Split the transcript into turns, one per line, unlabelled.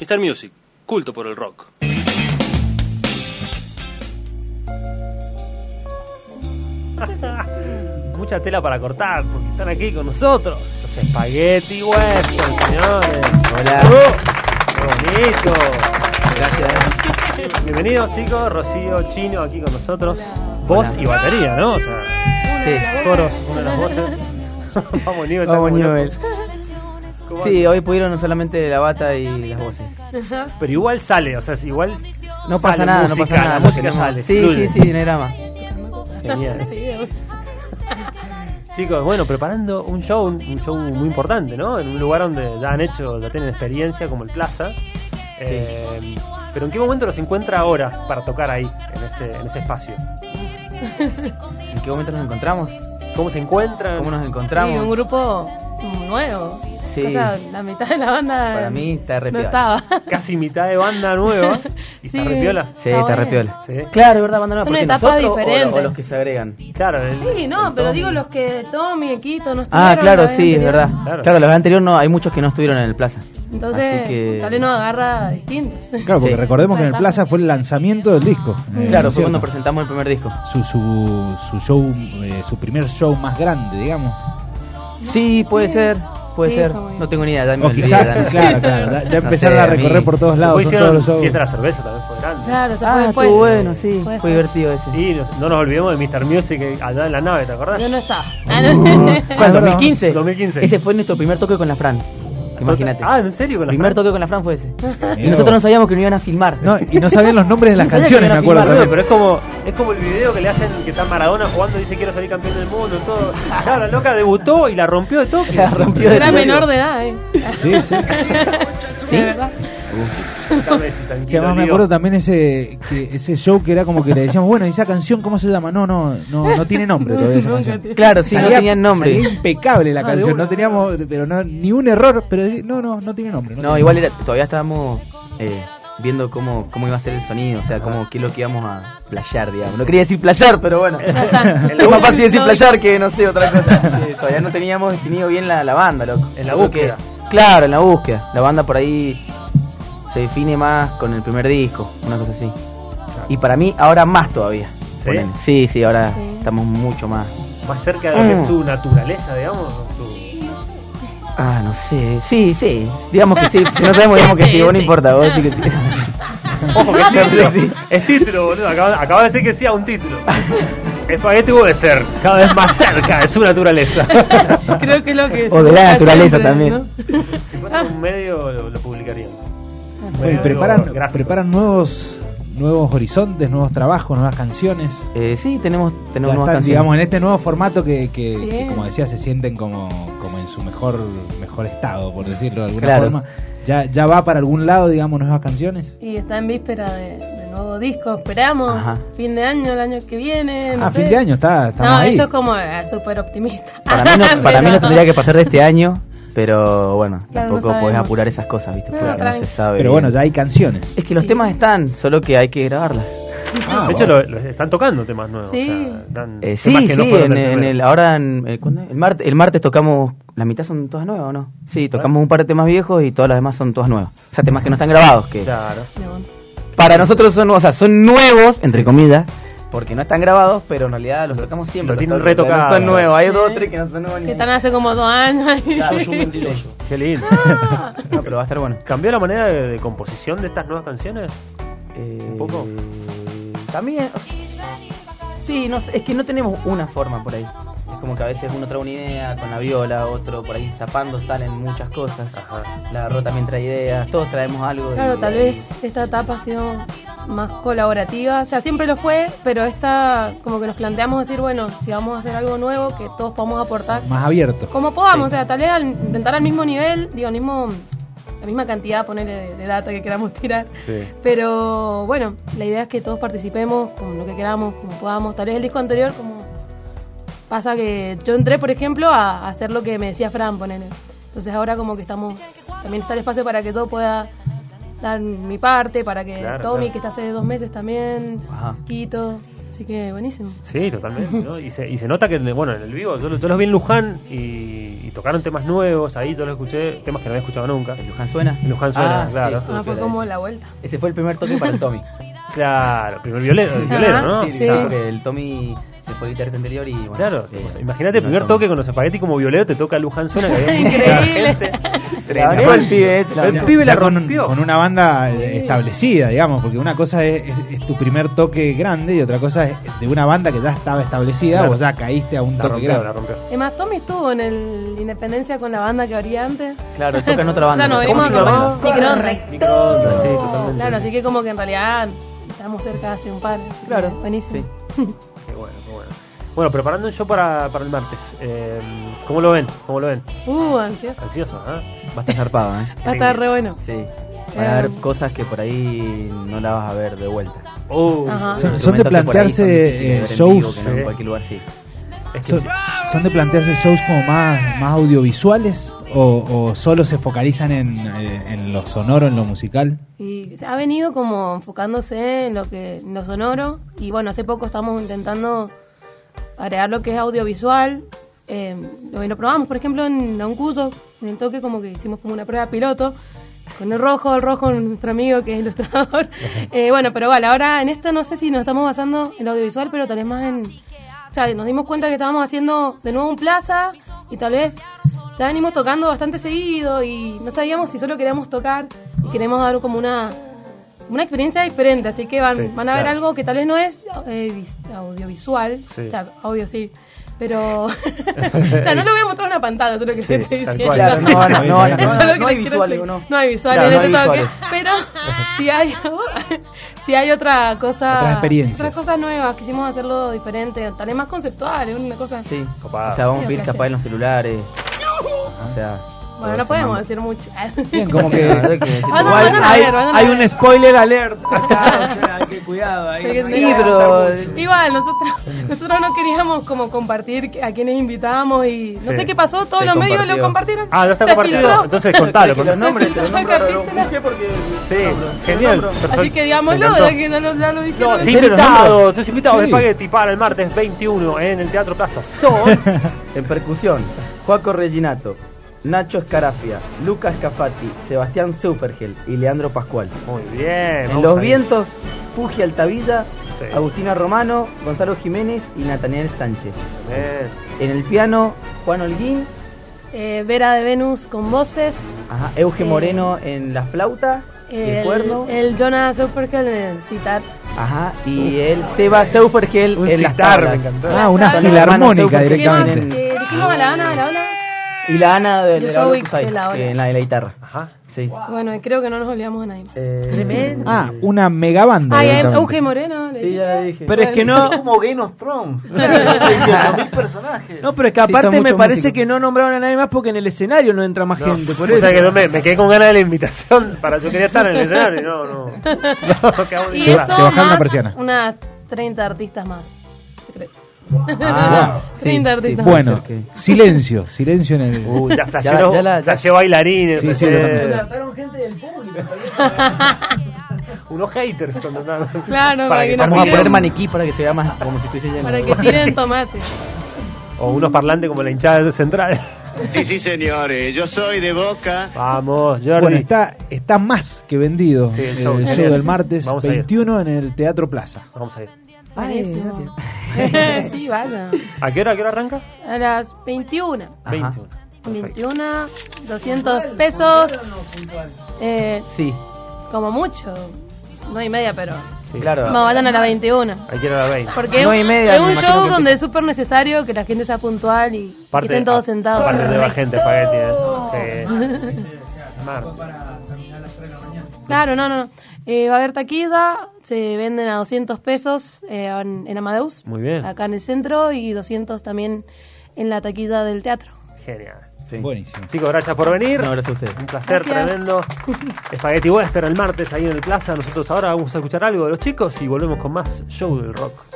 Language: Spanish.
Mr. Music, culto por el rock.
Mucha tela para cortar, porque están aquí con nosotros. Los espagueti Western, señores.
Hola.
Uh, ¡Qué bonito!
Gracias.
Bienvenidos, chicos. Rocío Chino aquí con nosotros. Voz
Hola.
y batería, ¿no? O sea,
Sí,
coros, una de las voces. Vamos, Nivel.
vamos
estamos
Newell.
locos. ¿Cómo
Sí,
andan?
hoy pudieron solamente la bata y las voces.
Pero igual sale, o sea, igual.
No pasa
sale
nada, no
música,
pasa nada.
La
no
música
tenemos-
sale.
Sí,
fluye.
sí, sí, no hay drama.
Genial. Chicos, bueno, preparando un show, un, un show muy importante, ¿no? En un lugar donde ya han hecho, ya tienen experiencia, como el Plaza. Eh, pero ¿en qué momento los encuentra ahora para tocar ahí, en ese, en ese espacio?
¿En qué momento nos encontramos?
¿Cómo se encuentran?
¿Cómo nos
Sí, un
encontramos?
grupo nuevo.
Sí.
O sea, la mitad de la banda.
Para mí está re
No
piola.
estaba.
Casi mitad de banda nueva. ¿Y
Sí.
está repiola?
Sí,
Está
está
bueno.
re piola.
Sí.
Claro, es verdad, banda nueva,
Son
porque
etapas
nosotros o- O,
diferentes.
los que se agregan.
Claro, el-
Sí, no,
El
pero
Tommy.
digo los que todo mi equipo no estuvieron.
Ah, claro,
la vez
sí, es
anterior.
verdad.
Claro.
Claro, la vez anterior no, hay muchos que no estuvieron en el plaza.
Entonces,
Así que-
tal vez nos agarra distintos.
Claro, porque
Sí. Mm.
recordemos que en el Plaza fue el lanzamiento del disco. eh,
Claro,
¿no es
fue cuando
cierto?
presentamos el primer disco.
su, su, su show, eh, su primer show más grande, digamos.
Sí, puede ser, puede
Sí,
ser.
fue muy-
No tengo ni idea, ya me
O
olvidé.
quizás,
ya no sé.
claro, claro, ya, ya
No
empezaron
sé,
a
a mí-
recorrer por todos lados.
Después
son todos
hicieron
los shows.
fiesta de la cerveza, también fue grande.
Claro, se fue
Ah,
después.
estuvo bueno, sí,
Fue
fue
después.
divertido ese.
Y no, no nos olvidemos de Mr. Music eh, allá en la nave, ¿te acordás?
Yo no estaba. Ah, no.
Ah, es
¿Cuál?
verdad.
¿2015?
2015.
Ese fue nuestro primer toque con la Fran. Imagínate.
Ah, ¿en serio? Con
el
la
primer
Fran?
toque con la Fran fue ese. Y
Mirá
nosotros no
vos.
sabíamos que no iban a filmar.
No, y no sabían los nombres de las
No sabía
canciones, me
que iban
acuerdo.
a
Claro,
filmar,
también.
pero es como, es como el video que le hacen que está Maradona jugando y dice quiero salir campeón del mundo y todo. Claro, la loca debutó y la rompió de toque.
La rompió de
Era
toque.
menor de edad, eh.
Sí, sí.
¿Sí? De verdad.
Que además me acuerdo también ese que ese show que era como que le decíamos, bueno, ¿y esa canción cómo se llama? No, no, no, no tiene nombre todavía esa
Nunca
canción.
tiene.
Claro, sí, no
Salía-
tenían
salía
nombre.
impecable la
Ah, de
canción,
una.
no teníamos pero no, ni un error, pero sí, no, no, no tiene nombre.
No, igual era, todavía estábamos eh, viendo cómo, cómo iba a ser el sonido, o sea, cómo, qué es lo que íbamos a playar, digamos. No quería decir playar, pero bueno. Es más fácil decir
No,
playar que, no sé, otra cosa. Sí, todavía no teníamos definido bien la, la banda, loco.
En la
Creo que-
búsqueda.
claro, en la búsqueda. La banda por ahí se define más con el primer disco, una cosa así. Y para mí, ahora más todavía.
¿Sí?
ponele. Sí, sí, ahora
Sí.
estamos mucho más.
Más cerca de lo que es
Mm.
su naturaleza, digamos. su-
Ah, no sé. Sí, sí. Digamos que sí. Si no sabemos, digamos que sí.
Sí,
Vos no
sí.
importa. Vos sí que sí.
Ojo, que es
Claro,
título.
sí.
Es título, boludo. Acaba, acaba de decir que sí a un título. Espagueti Western, cada vez más cerca de su naturaleza.
Creo que es lo que.
O de la
se
naturaleza
busca
también.
¿no?
Si fuese un medio, lo, lo publicarían.
Bueno, y
Medio
preparan,
gráfico.
preparan nuevos nuevos horizontes, nuevos trabajos, nuevas canciones.
Eh, sí, tenemos, tenemos
Ya están,
nuevas canciones.
digamos, en este nuevo formato que, que-
Sí.
que, como decía, se sienten como, como en su mejor mejor estado, por decirlo de alguna
Claro.
forma. Ya, ya va para algún lado, digamos, nuevas canciones.
Y está en víspera de, de nuevo disco. Esperamos.
Ajá.
Fin de año, el año que viene. no
ah,
sé.
fin de año, está, estamos
No,
ahí.
eso es como eh, súper optimista.
Para mí, no, para mí no
Pero-
tendría que pasar de este año. Pero bueno,
Claro, no
tampoco podés
sabemos.
apurar esas cosas, ¿viste?
No,
Porque no se
tranqui.
sabe.
Pero
bien.
bueno, ya hay canciones.
Es que los
Sí.
temas están, solo que hay que grabarlas. Eh,
Ah,
De hecho,
bueno.
lo, lo- están tocando temas nuevos.
Sí.
o sea, dan
Eh,
temas
sí,
que
sí.
no fueron
en,
del
en
primero.
el, ahora, en, eh, ¿cuándo es? el, martes, el martes tocamos. La mitad son todas nuevas, ¿o no? Sí, tocamos un par de temas viejos y todas las demás son todas nuevas. O sea, temas que no están grabados. Que,
Claro.
Para nosotros son, o sea, son nuevos, entre comillas, porque no están grabados, pero en realidad los tocamos siempre.
Lo tienen
Los tocamos,
retocado.
No son nuevos, hay
Sí.
dos, tres que no son nuevos ni
Que están hace como dos años. ahí.
Qué lindo.
No, pero va a estar bueno.
¿Cambió la manera de, de composición de estas nuevas canciones?
¿Un
poco?
Eh, También. o sea, Sí, no sé, es que no tenemos una forma por ahí. Es como que a veces uno trae una idea con la viola, otro por ahí zapando salen muchas cosas. La rota también trae ideas, todos traemos algo. y-
Claro, tal vez esta etapa ha sido más colaborativa. O sea, siempre lo fue, pero esta, como que nos planteamos decir, bueno, si vamos a hacer algo nuevo, que todos podamos aportar
Más abierto.
como podamos. O sea, tal vez al intentar al mismo nivel, digo, al mismo, la misma cantidad, ponerle de, de data que queramos tirar. Pero bueno, la idea es que todos participemos con lo que queramos, como podamos. Tal vez el disco anterior, como pasa que yo entré, por ejemplo, a hacer lo que me decía Fran, ponele. Entonces ahora como que estamos, también está el espacio para que todo pueda dar mi parte, para que
Claro,
Tommy,
claro.
que está hace dos meses también,
Ajá.
Quito, Así que buenísimo.
Sí, totalmente. ¿no? Y, se, y se nota que, bueno, en el vivo, yo, yo los vi en Luján y, y tocaron temas nuevos, ahí yo los escuché, temas que no había escuchado nunca.
¿En Luján suena?
En Luján suena, claro.
Ah, fue como la vuelta.
Ese fue el primer toque para el Tommy.
Claro, primer violero, el
Ajá,
violero ¿no?
sí,
Sí.
claro, que el Tommy se fue guitarrista anterior y bueno.
Claro,
eh,
pues, imagínate el
vino
primer
Tommy.
toque con los espaguetis como violero te toca Luján suena que había mucha
Increíble.
gente.
La ganó el pibe,
este
eh, la-
El pibe la
Ya con,
rompió.
con una banda eh, establecida, digamos, porque una cosa es, es- es tu primer toque grande y otra cosa es de una banda que ya estaba establecida
Claro.
o ya caíste a un
La
toque
rompió,
grande.
la rompió.
Además, Tommy estuvo en el Independencia con la banda que habría antes.
Claro, toca en otra
O
banda.
sea, nos
pero
venimos
venimos a
¿Cómo se
comer.
llamaba?
Microondas.
Microondas, sí, totalmente.
Claro, así que como que en realidad estamos cerca hace un par. así que
Claro.
Buenísimo.
Sí.
Qué bueno, qué bueno. Bueno, preparando un show para, para el martes. Eh, ¿Cómo lo ven? ¿Cómo lo ven?
Uh, ansioso.
Ansioso, ¿ah?
Va a estar zarpado, ¿eh?
Va a estar re bueno.
Sí. Van a
Eh,
haber cosas que por ahí no las vas a ver de vuelta.
Oh,
Ajá.
Son-
Los
son de
instrumentos que por ahí son
plantearse,
difíciles de
eh,
ver en vivo,
shows,
que no en
eh.
cualquier lugar sí.
es que
Son,
sí.
son de plantearse shows como más, más audiovisuales o, o solo se focalizan en, eh, en lo sonoro, en lo musical?
Y se ha venido como enfocándose en lo que en lo sonoro y bueno, hace poco estamos intentando agregar lo que es audiovisual. Eh, lo, lo probamos, por ejemplo, en un curso, en el toque como que hicimos como una prueba piloto con el rojo, el rojo nuestro amigo que es ilustrador. Eh, bueno, pero vale, ahora en esta no sé si nos estamos basando en lo audiovisual, pero tal vez más en... O sea, nos dimos cuenta que estábamos haciendo de nuevo un plaza y tal vez ya venimos tocando bastante seguido y no sabíamos si solo queríamos tocar y queremos dar como una, una experiencia diferente, así que van,
Sí,
van a ver
claro.
algo que tal vez no es eh, vis- audiovisual,
Sí.
o sea, audio sí, pero... o sea, no lo voy a mostrar en una pantalla, eso es lo que
Sí,
te estoy
tal
diciendo.
cual. Claro,
no, no, no, no,
Eso
no,
es lo que
no
te
hay
quiero
visuales,
decir.
no.
No hay visuales,
Claro,
en
no
este
hay
toque,
visuales.
pero si hay, si hay otra cosa...
Otras experiencias.
Otras cosas nuevas, quisimos hacerlo diferente, tal vez más conceptual, es una cosa...
Sí.
Copado.
O sea, vamos a pedir
Medio
capaz en los celulares. O sea.
Bueno, no podemos decir mucho.
Bien, como
Que,
que...
Ah,
Van a-
igual
van a
hay,
ver, van a
hay
ver.
un spoiler alert acá, o sea, que cuidado. Ahí,
Sí,
Sí, pero
Igual, nosotros, nosotros no queríamos como compartir a quienes invitábamos y no
Sí.
sé qué pasó, todos
Se
los medios
compartió.
lo compartieron.
Ah, no está
Se
compartido.
filtró.
Entonces contalo.
los
contalo.
nombres te los
Acá
nombro, los
viste la-
busqué porque
Sí, genial. perfecto.
Así que
Me
digámoslo,
encantó.
ya que no lo, ya lo dijeron.
Los
¿En serio los
invitados, tus invitados de
Sí.
Spaghetti para el martes 21 en el Teatro Plaza
son en percusión Joaco Reginato, Nacho Escarafia, Lucas Cafati, Sebastián Supergel y Leandro Pascual.
Muy bien.
En
vamos
los
ahí.
vientos, Fuji Altavilla,
Sí.
Agustina Romano, Gonzalo Jiménez y Nataniel Sánchez.
Bien.
En el piano, Juan Holguín,
Eh, Vera de Venus con voces.
ajá, Euge
Eh,
Moreno en la flauta, y el, eh. cuerno,
El, el Jonas Supergel en el citar.
ajá, y el Seba Seufergel
Un
en las
sitar, me
tablas.
encantó.
Ah, una
Son los
filarmónica
hermanos,
¿Qué más?
directamente.
Eh, dijimos a la Ana, a la Ana.
Y la Ana de,
Yo
de
soy
la
Wix de la ola.
que en la de la guitarra.
Ajá.
Sí.
Bueno, creo que no nos olvidamos de nadie más.
Eh,
Ah, una mega banda.
Ay,
directamente.
Euge Moreno. le
Sí,
dije.
ya la dije.
Pero es que no. Como Game of Thrones. personajes. No, pero es que
Sí, son
aparte me
muchos
parece
músicos.
que no nombraron a nadie más porque en el escenario no entra más
No,
gente. Por
o
eso.
sea que no me, me quedé con ganas de la invitación para yo quería estar en el escenario y no no, no quedamos
Y
en-
eso
te bajaron la
más
persiana.
unas 30 artistas más. creo.
Ah, sí,
30
sí.
artistas más.
Bueno, silencio, silencio en el...
Uy, ya
Ya la-
flasheó
ya la- ya-
flasheó bailarines.
Sí, sí,
flasheó-
yo también.
Unos haters contrataron. para que
Claro, para
salga
que nos
Vamos a
bien.
miren.
poner maniquí para que se vea más como si estuviese lleno.
Para que tiren tomate.
O unos parlantes como la hinchada de central.
Sí, sí, señores, yo soy de Boca.
Vamos, Jordi.
Bueno, está, está más que vendido
Sí, el
el
show.
show,
Genial.
del martes
Vamos a ir.
21 en el Teatro Plaza.
Vamos a ir.
Buenísimo. sí, vaya.
¿A qué hora, a qué hora arranca?
A las 21.
Ajá.
21. Perfecto.
21, 200 pesos. Eh,
Sí,
como mucho. No y media, pero.
Sí.
claro.
No, vayan a las 21.
Hay que ir a las 20.
Porque
Ah. Nueve y media,
es
me
un
imagino
show
que
donde es súper necesario que la gente sea puntual y que
Aparte-
estén todos sentados. Oh.
Aparte lleva gente, espagueti, ¿eh? No sé. Mar.
Claro, no, no. no. Eh, va a haber taquilla, se venden a 200 pesos eh, en, en Amadeus.
Muy bien.
Acá en el centro y 200 también en la taquilla del teatro.
Genial.
sí.
Buenísimo.
Chicos, gracias por venir.
No, gracias a ustedes.
Un placer
Gracias.
tremendo. Spaghetti Western el martes ahí en el plaza. Nosotros ahora vamos a escuchar algo de los chicos y volvemos con más show del rock.